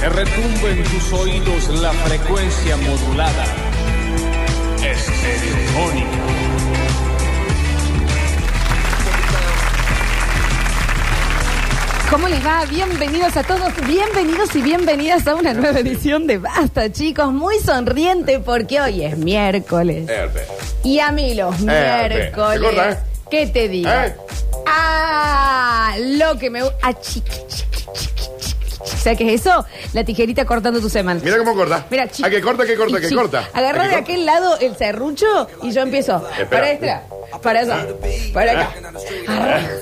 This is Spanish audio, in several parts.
Que retumbe en tus oídos la frecuencia modulada. Estereofónica. ¿Cómo les va? Bienvenidos a todos, bienvenidos y bienvenidas a una nueva edición de Basta, chicos. Muy sonriente porque hoy es miércoles. Herbe. Y a mí los Eh. ¿te acordás, miércoles. eh? ¿Qué te digo? Eh. Ah, lo que me gusta. ¿Sabes qué es eso? La tijerita cortando tu semana. Mira cómo corta. Mira, Ah, que corta, que corta, que corta. Agarra Ah, de que corta. aquel lado el serrucho y yo empiezo. Espera. Para extra, para allá, para acá. Eh.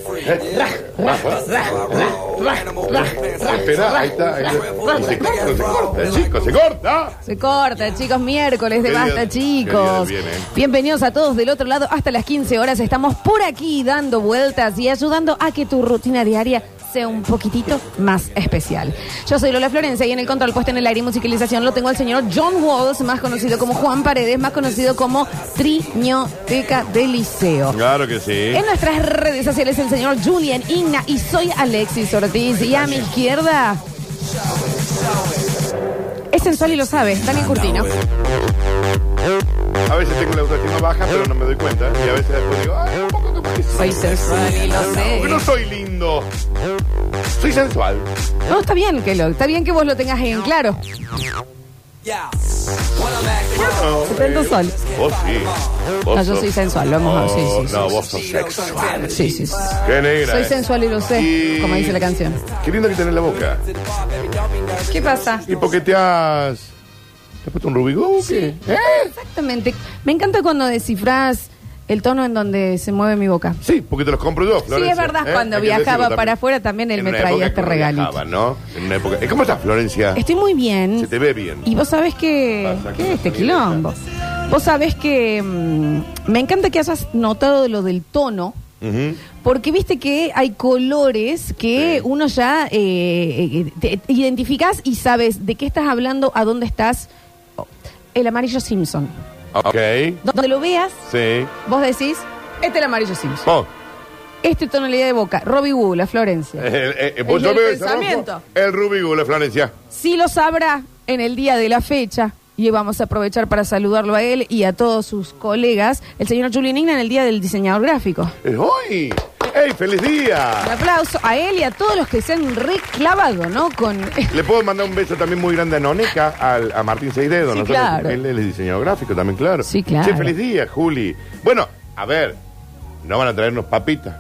Espera, ahí está. ahí está. Y Se corta, se corta, eh, chicos, se corta. Se corta, chicos, miércoles de Qué basta, día- chicos. qué eh. día viene. Bienvenidos a todos del otro lado. Hasta las 15 horas estamos por aquí dando vueltas y ayudando a que tu rutina diaria sea un poquitito más especial. Yo soy Lola Florencia y en el control puesto en el aire y musicalización lo tengo al señor John Walls, más conocido como Juan Paredes, más conocido como Triñoteca del Liceo. Claro que sí. En nuestras redes sociales el señor Julian Igna y soy Alexis Ortiz y a mi izquierda es sensual y lo sabe, Daniel Curtino. A veces tengo la autoestima baja, pero no me doy cuenta. Y a veces después digo, ay, un poco de policía. Soy sensual y lo sé. Porque no soy lindo. Soy sensual. No, está bien que lo, está bien que vos lo tengas en claro. Bueno, Se prende eh, un sol. Vos sí. Vos No, yo sos- soy sensual, lo hemos hablado, sí, Oh, sí, sí, No, sí, vos sos sexual. Sí, sí, sí. Qué negra. Soy eh. sensual y lo sé, Y- como dice la canción. Qué lindo que tenés la boca. ¿Qué pasa? ¿Y por qué te has. ¿Te has puesto un Rubik's Cube? ¿Eh? Exactamente. Me encanta cuando descifras el tono en donde se mueve mi boca. Sí, porque te los compro yo, Florencia. es verdad, ¿eh? cuando Hay que viajaba decirlo también. para afuera también él En me una traía época este que uno regalito. viajaba, ¿no? En una época... Eh, ¿Cómo estás, Florencia? Estoy muy bien. Se te ve bien. Y vos sabés que. Pasa ¿Qué con es este la quilombo? Vos sabés que. mm, me encanta que hayas notado lo del tono. Ujú. Porque viste que hay colores que Sí. uno ya eh, eh, te- te identificás y sabes de qué estás hablando, a dónde estás. Oh, El amarillo Simpson. Ok. Donde lo veas, Sí. Oh, vos decís, este es el amarillo Simpson. Vos. Este tonalidad de boca, Robbie Wood, la Florencia. El, el, el, El eh, vos yo del veo ese pensamiento. rojo, el Rubik's Cube, Florencia. Sí lo sabrá en el día de la fecha. Y vamos a aprovechar para saludarlo a él y a todos sus colegas, el señor Julián Igna, en el Día del Diseñador Gráfico. Es hoy. ¡Ey, feliz Un día! aplauso a él y a todos los que se han reclavado, ¿no? Con... Le puedo mandar un beso también muy grande a Noneca, al- a Martín Seidedo. Sí, Nosotros- claro. Él, él es diseñador gráfico también, claro. Sí, claro. Che, feliz día, Juli. Bueno, a ver, no van a traernos papitas,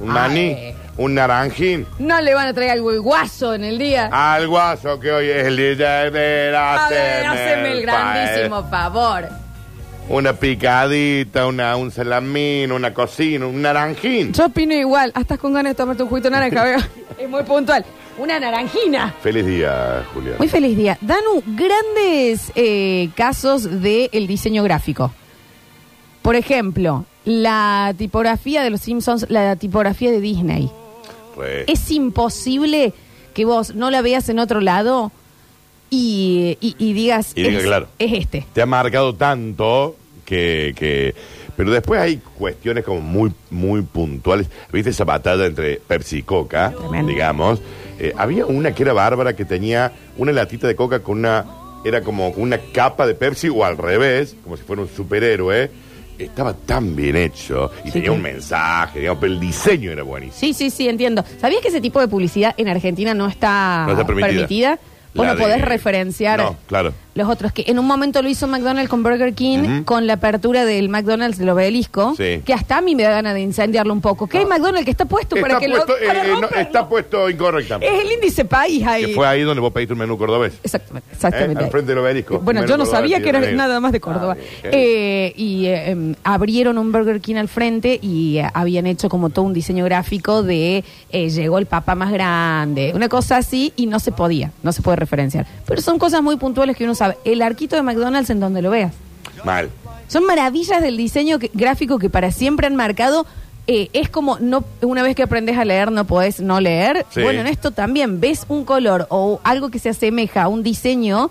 un maní, Ay. un naranjín. No le van a traer algo el guaso en el día. Al guaso que hoy es el líder de la A ver, Temer, haceme el grandísimo favor. pa, eh. Una picadita, una, un salamín, una cocina, un naranjín. Yo opino igual. Ah, Estás con ganas de tomarte un juguito de naranja, veo. Es muy puntual. Una naranjina. Feliz día, Julián. Muy feliz día. Danu, grandes eh, casos del diseño gráfico. Por ejemplo, la tipografía de los Simpsons, la tipografía de Disney. Re. Es imposible que vos no la veas en otro lado y, y- y digas, Y diga, es, claro. es este. Te ha marcado tanto que, que- Pero después hay cuestiones como muy, muy puntuales. ¿Viste esa batalla entre Pepsi y Coca? Tremendo. Digamos. Eh, había una que era bárbara que tenía una latita de coca con una. Era como una capa de Pepsi o al revés, como si fuera un superhéroe. Estaba tan bien hecho y tenía un mensaje, digamos, pero el diseño era buenísimo. Sí, sí, sí, entiendo. ¿Sabías que ese tipo de publicidad en Argentina no está, No está permitida. Vos La no podés de- referenciar No, claro. los otros. que En un momento lo hizo McDonald's con Burger King Ujú. con la apertura del McDonald's del obelisco, Sí. que hasta a mí me da ganas de incendiarlo un poco. ¿Qué hay McDonald's que está puesto para Está que puesto, lo... para eh, eh, no, romperlo? está puesto incorrectamente. Es el índice país ahí. Que fue ahí donde vos pediste un menú cordobés. Exactamente, exactamente. Eh, al frente del obelisco. Bueno, Menos yo no Córdoba, sabía sí, que era negro. nada más de Córdoba. Ah, bien, bien. Eh, y eh, em, abrieron un Burger King al frente y eh, habían hecho como todo un diseño gráfico de eh, llegó el papá más grande, una cosa así, y no se podía, no se puede referenciar. Pero son cosas muy puntuales que uno sabe. El arquito de McDonald's en donde lo veas. Mal. Son maravillas del diseño que- gráfico que para siempre han marcado. eh, es como no una vez que aprendes a leer no podés no leer. Sí. Bueno, en esto también ves un color o algo que se asemeja a un diseño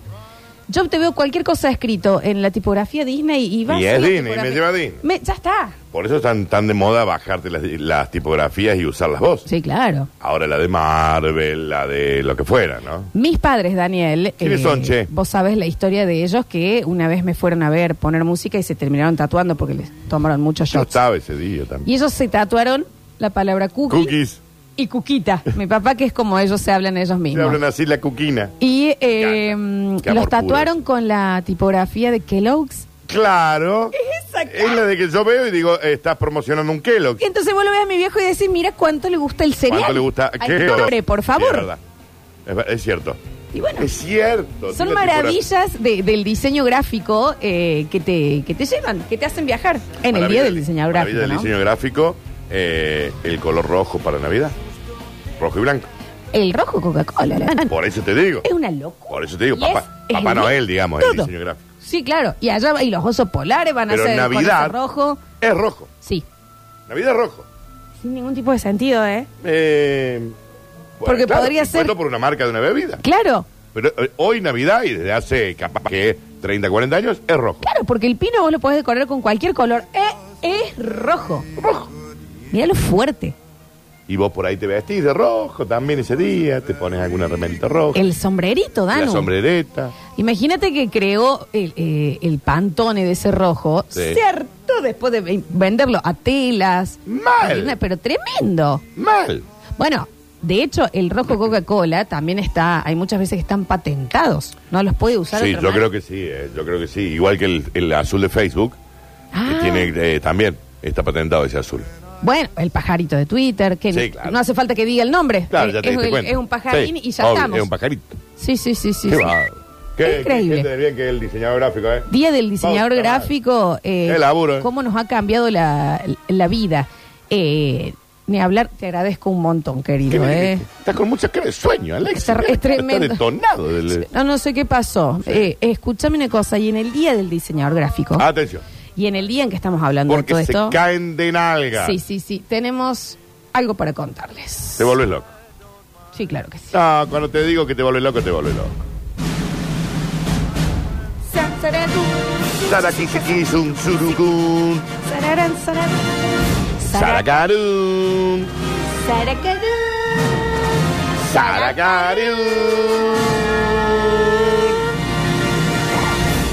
Yo te veo cualquier cosa escrito en la tipografía Disney y vas Y a es la Disney, tipografía. me lleva a Disney. Me- ya está. Por eso están tan de moda bajarte las, las tipografías y usarlas vos. Sí, claro. Ahora la de Marvel, la de lo que fuera, ¿no? Mis padres, Daniel. eh, ¿Quiénes son, che? Vos sabés la historia de ellos que una vez me fueron a ver poner música y se terminaron tatuando porque les tomaron muchos Yo shots. estaba ese día también. Y ellos se tatuaron la palabra cookie Cookies. y cuquita. Mi papá, que es como ellos se hablan ellos Se mismos. hablan así la cuquina. Y eh, Qué amor los puro tatuaron eso. con la tipografía de Kellogg's. Claro. Esa cara. Es la de que yo veo y digo, estás promocionando un Kellogg. Y entonces vos lo ves a mi viejo y decís, mira cuánto le gusta el cereal. ¿Cuánto le gusta? Al Kellogg? nombre, por Sí, es favor. verdad. es, ver- es cierto. y bueno, Es cierto. son Tiene maravillas de- del diseño gráfico eh, que, te, que te llevan, que te hacen viajar. En el Maravilla día del diseñador maravilla gráfico, del ¿no? diseño gráfico, eh, el color rojo para Navidad. Rojo y blanco. El rojo Coca-Cola. la verdad. Por eso te digo. Es una locura. Por eso te digo, Y papá, es- es papá el- Noel, digamos, todo. el diseño gráfico. Sí, claro. Y allá va- y los osos polares van Pero a ser con Navidad ese rojo. Es rojo. Sí. Navidad es rojo. Sin ningún tipo de sentido, ¿eh? Eh, bueno, Porque podría impuesto ser- por una marca de una bebida. Claro, Pero eh, hoy Navidad y desde hace capaz que 30, 40 años es rojo. claro, porque el pino vos lo podés decorar con cualquier color. Eh, es rojo. Rojo. Mirá lo fuerte. Y vos por ahí te vestís de rojo también ese día, te pones alguna remerita roja, El sombrerito, Danu. la sombrereta. Imagínate que creó el, eh, el pantone de ese rojo, Sí. ¿cierto? Después de ve- venderlo a telas. Mal. Pero tremendo. Mal. Bueno, de hecho, el rojo Coca-Cola también está, hay muchas veces que están patentados. No los puede usar Sí, otra yo creo marca. que sí, eh, yo creo que sí. Igual que el, el azul de Facebook, Ah. que tiene eh, también, está patentado ese azul. Bueno, el pajarito de Twitter, que Sí, no- claro. no hace falta que diga el nombre. Claro, Eh, ya te es, diste el- cuenta. es un pajarín Sí, y ya obvio, estamos. Es un pajarito. Sí, sí, sí, sí. Qué sí. bárbaro. Qué, Increíble. qué gente de bien que es el diseñador gráfico, ¿eh? Día del diseñador Pausa, gráfico, eh, Qué laburo, eh. cómo nos ha cambiado la, la vida. Eh, ni hablar, te agradezco un montón, Qué querido. bien, eh. Estás con mucha cara de sueño, Alex. Está- es tremendo. detonado. del- No, no sé qué pasó. Eh, escúchame una cosa, y en el día del diseñador gráfico, Atención. y en el día en que estamos hablando Ah. Porque de se todo esto, caen de nalga. sí, sí, sí, tenemos algo para contarles. Te vuelves loco. Sí, claro que sí. No, cuando te digo que te vuelves loco, te vuelves loco. Sa- saratu, Sarakisikisum, surucum, sararán, sararán, sara- saracarum, saracarán. saracarum.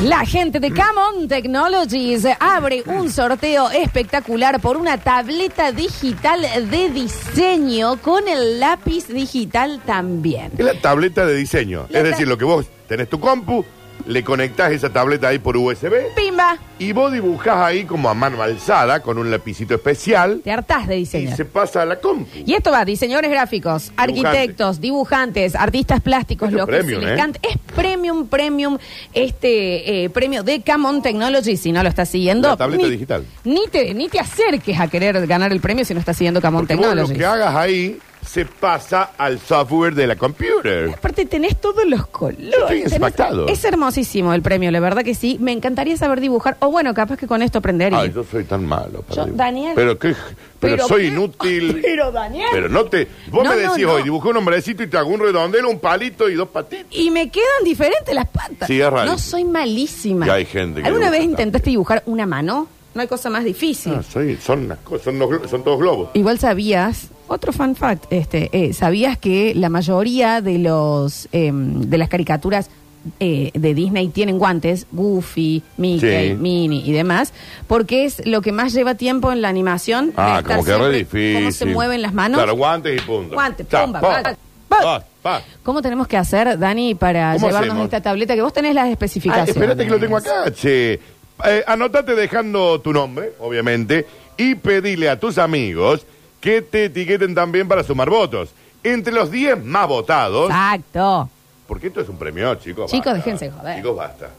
La gente de Camon Technologies abre un sorteo espectacular por una tableta digital de diseño con el lápiz digital también. Es la tableta de diseño. La es ta- decir, lo que vos tenés tu compu, le conectás esa tableta ahí por USB ¡Pimba! y vos dibujás ahí como a mano alzada con un lapicito especial Te hartás de y diseñar. se pasa a la compu. Y esto va, diseñadores gráficos, arquitectos, dibujantes, artistas plásticos, Esto lo es que se premium, les ¿eh? cante. Es premium, premium, este eh, premio de Camon Technology, si no lo estás siguiendo. La tableta digital. Ni te, ni te acerques a querer ganar el premio si no estás siguiendo Camon Porque vos lo Technology. que hagas ahí se pasa al software de la computer. Aparte tenés todos los colores. Estoy tenés- impactado. Es hermosísimo el premio, la verdad que sí. Me encantaría saber dibujar. O bueno, capaz que con esto aprendería. Ay, yo soy tan malo. para Yo, dibujar. Daniel. Pero, qué- pero, Pero soy qué- inútil. Pero, Daniel. Pero no te. Vos No, me no, decís no. hoy, dibujé un hombrecito y te hago un redondel, un palito y dos patitas. Y me quedan diferentes las patas. Sí, es rarísimo. no soy malísima. Y hay gente que ¿Alguna dibuja vez también. intentaste dibujar una mano? No hay cosa más difícil. Ah, soy- son, unas cosas, son, los glo- son todos globos. Igual sabías, otro fun fact, este, eh, sabías que la mayoría de los em, de las caricaturas eh, de Disney tienen guantes, Goofy, Mickey, Sí. Minnie y demás, porque es lo que más lleva tiempo en la animación. Ah, de estar como que re siempre difícil. Cómo se mueven las manos. Claro, guantes y punto. Guantes, Cha, pumba, pa, pa, pa, pa. pa. ¿Cómo tenemos que hacer, Dani, para ¿Cómo llevarnos hacemos? esta tableta que vos tenés las Ah, especificaciones? espérate que lo tengo acá, che. Eh, anotate dejando tu nombre, obviamente, y pedile a tus amigos que te etiqueten también para sumar votos. Entre los 10 más votados, Exacto. porque esto es un premio, Ah. chicos. Chicos, basta. déjense joder. Chicos, basta.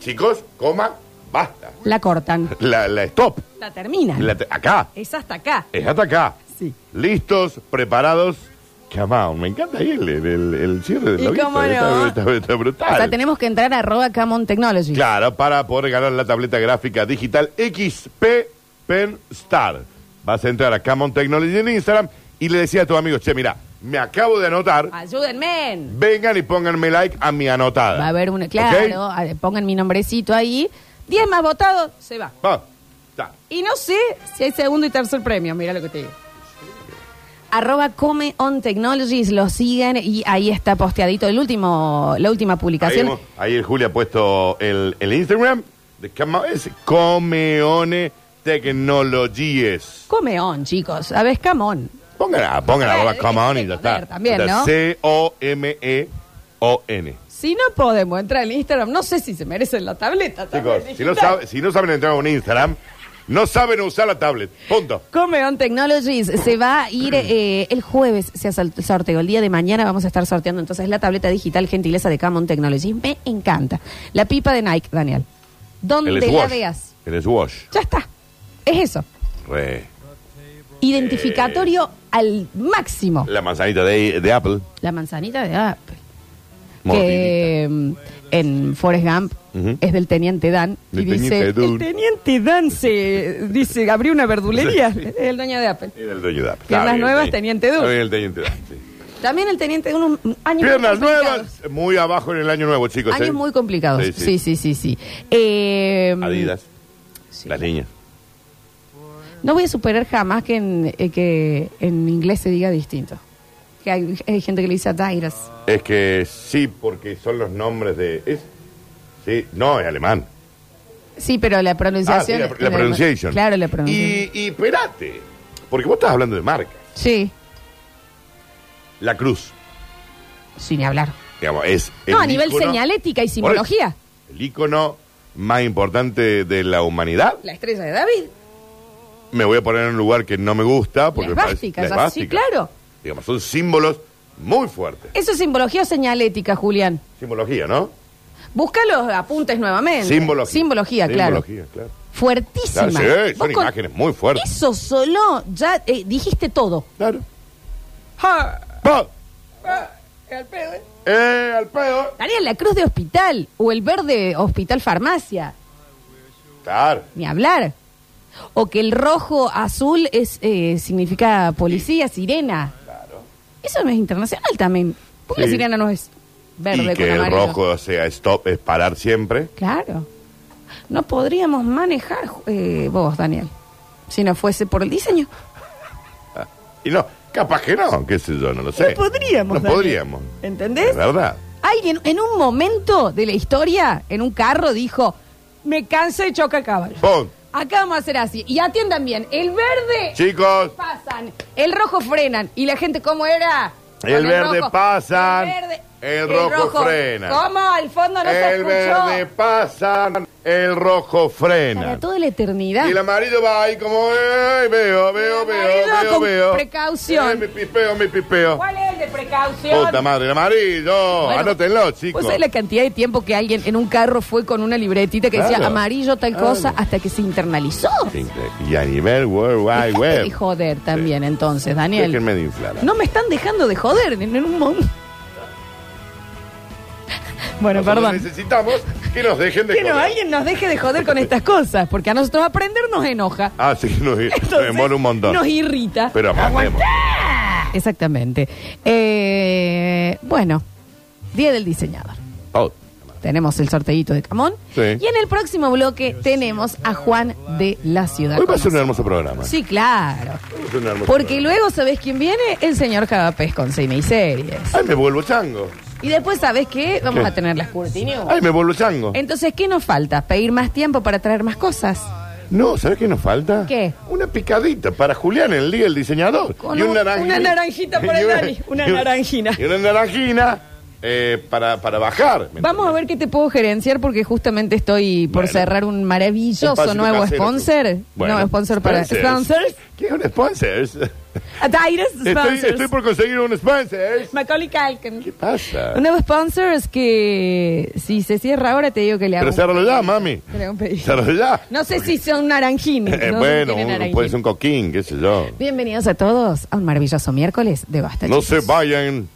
Chicos, coma, basta. La cortan. La, la stop. La terminan. La te- acá. Es hasta acá. Es hasta acá. Sí. Listos, preparados. Come on, me encanta ahí el, el, el cierre del Y lobito, cómo no. está, está- está brutal. O sea, tenemos que entrar a arroba Camon Technology. Claro, para poder ganar la tableta gráfica digital XP Pen Star. Vas a entrar a Camon Technology en Instagram y le decía a tu amigo, che, mira, me acabo de anotar. Ah. Ayúdenme. Vengan y pónganme like a mi anotada. Va a haber una, claro, ¿Ok? a ver, pongan mi nombrecito ahí. Diez más votados, se va. Va, está. Y no sé si hay segundo y tercer premio, mira lo que te digo. Arroba Come On Technologies, lo siguen y ahí está posteadito el último, la última Ahí, publicación. hemos- ahí el Julia ha puesto el, el Instagram de Cama- es Comeone Tecnologies. Come On, chicos, a ver, come on. Pónganla, pónganla, Claro, va, come on tiene y ya que está. poner también, Ya está, ¿no? E C-O-M-E-O-N. Si no podemos entrar en Instagram, no sé si se merecen la tableta. Chicos, también si no, digital. sabe- si no saben entrar a un Instagram, no saben usar la tablet. Punto. Come On Technologies se va a Mm. ir eh, el jueves, se hace el sorteo. El día de mañana vamos a estar sorteando entonces la tableta digital gentileza de Come On Technologies. Me encanta. La pipa de Nike, Daniel. Donde El la Swash. veas. El Swash. Ya está. Es eso. Re. Identificatorio Eh. al máximo. La manzanita de, de Apple. La manzanita de Apple. Mordidita. Que mm, en Forrest Gump Ujú. es del teniente Dan. Del y dice: teniente Dan. El teniente Dan se dice, abrió una verdulería. Es el dueño de Apple. Era el dueño de Apple. Piernas Está bien, nuevas, está bien. teniente Dulce. Está bien, el teniente Dan, sí. También el teniente de unos años. muy Piernas complicados. nuevas, muy abajo en el año nuevo, chicos. ¿eh? Años muy complicados. Sí, Sí, sí, sí. sí, sí. Eh, Adidas, sí. las niñas. No voy a superar jamás que en, eh, que en inglés se diga distinto. Que hay, hay gente que le dice Adidas. Es que sí, porque son los nombres de. es- sí, no, es alemán. Sí, pero la Ah, sí, pronunciación. la, la pronunciation. Claro, la pronunciación. Y, y espérate, porque vos estás hablando de marca. Sí, La cruz, sin hablar. digamos, es. no, a el nivel ícono- señalética y simbología. El icono más importante de la humanidad. La estrella de David. Me voy a poner en un lugar que no me gusta. Porque La me parece- esvástica, la ya- sí, esvástica. claro. Digamos, son símbolos muy fuertes. Eso es simbología o señalética, Julián. Simbología, ¿no? Busca los apuntes nuevamente. Simbología. Simbología, claro. Simbología, claro. Fuertísima. Claro, sí, Vos son con imágenes muy fuertes. Eso solo ya eh, dijiste todo. Claro. ¡Pa! ¡Eh, al pedo! Daría la cruz de hospital o el verde hospital farmacia, Claro. ni hablar. O que el rojo azul es eh, significa policía, sirena. Eso no es internacional también. ¿Por qué la Sí. sirena no es verde y con que el amarillo? rojo sea stop, es parar siempre. Claro. No podríamos manejar eh, vos, Daniel, si no fuese por el diseño. Y no, capaz que no, qué sé yo, no lo sé. No podríamos. No Daniel. podríamos. ¿Entendés? Es verdad. Alguien en un momento de la historia, en un carro, dijo, me cansé de chocar caballo. Pum. Acá vamos a hacer así. Y atiendan bien. El verde Chicos, pasan, el rojo frenan. ¿Y la gente cómo era? Con El verde pasan, el, verde- el rojo frena. ¿Cómo? Al fondo no se el escuchó. verde pasa, el rojo frena. Para toda la eternidad. Y el amarillo va ahí como, eh, veo, El veo, amarillo veo, veo, con veo. precaución. Eh, mi pipeo, mi pipeo. ¿Cuál es el de precaución? Puta madre, el amarillo. Bueno, pues Anótenlo, chicos. ¿Vos sabés la cantidad de tiempo que alguien en un carro fue con una libretita que decía Claro. Ah, amarillo tal cosa hasta que se internalizó? Y a nivel World Wide Dejate Web. de joder también, entonces, Daniel. Déjenme de inflar. No me están dejando de joder en en un momento. Bueno, Nosotros perdón. Necesitamos que nos dejen de Que no, joder. alguien nos deje de joder con estas cosas, porque a nosotros aprender nos enoja. Ah, sí, nos, nos Entonces, demora un montón. Nos irrita. Pero aprendemos. Exactamente. Eh, bueno, Día del Diseñador. Oh, Tenemos el sorteíto de Camón. Sí. Y en el próximo bloque tenemos a Juan de la Ciudad. Hoy va a ser un Conocida. hermoso programa. Sí, claro. Hoy va a ser un hermoso Porque programa. luego, ¿sabés quién viene? El señor Javapés con cine y series. Ay, me vuelvo chango. Y después, ¿sabes qué? Vamos ¿Qué? a tener las curtinios. Ay, me vuelvo chango. Entonces, ¿qué nos falta? Pedir más tiempo para traer más cosas. No, ¿sabes qué nos falta? ¿Qué? Una picadita para Julián el día del diseñador. Con y un un- naranjita. una naranjita para Y el Dani, una y naranjina. Y una naranjina eh, para, para bajar. ¿me Vamos a ver qué te puedo gerenciar porque justamente estoy por Bueno. cerrar un maravilloso Espacio nuevo casero, sponsor. tú. Bueno, nuevo sponsor para sponsors. ¿Qué es un sponsors? Adidas Estoy, sponsors. estoy por conseguir un sponsors. Macaulay Culkin. ¿Qué pasa? Un nuevo sponsors que si se cierra ahora te digo que le hago. Pero un- cerralo ya, mami. le hago un pedido. Cerralo ya. No sé si son naranjines. Eh, no sé si bueno, tienen un- naranjines. puede ser un coquín, qué sé yo. Bienvenidos a todos a un maravilloso miércoles de Basta. No chicos. se vayan.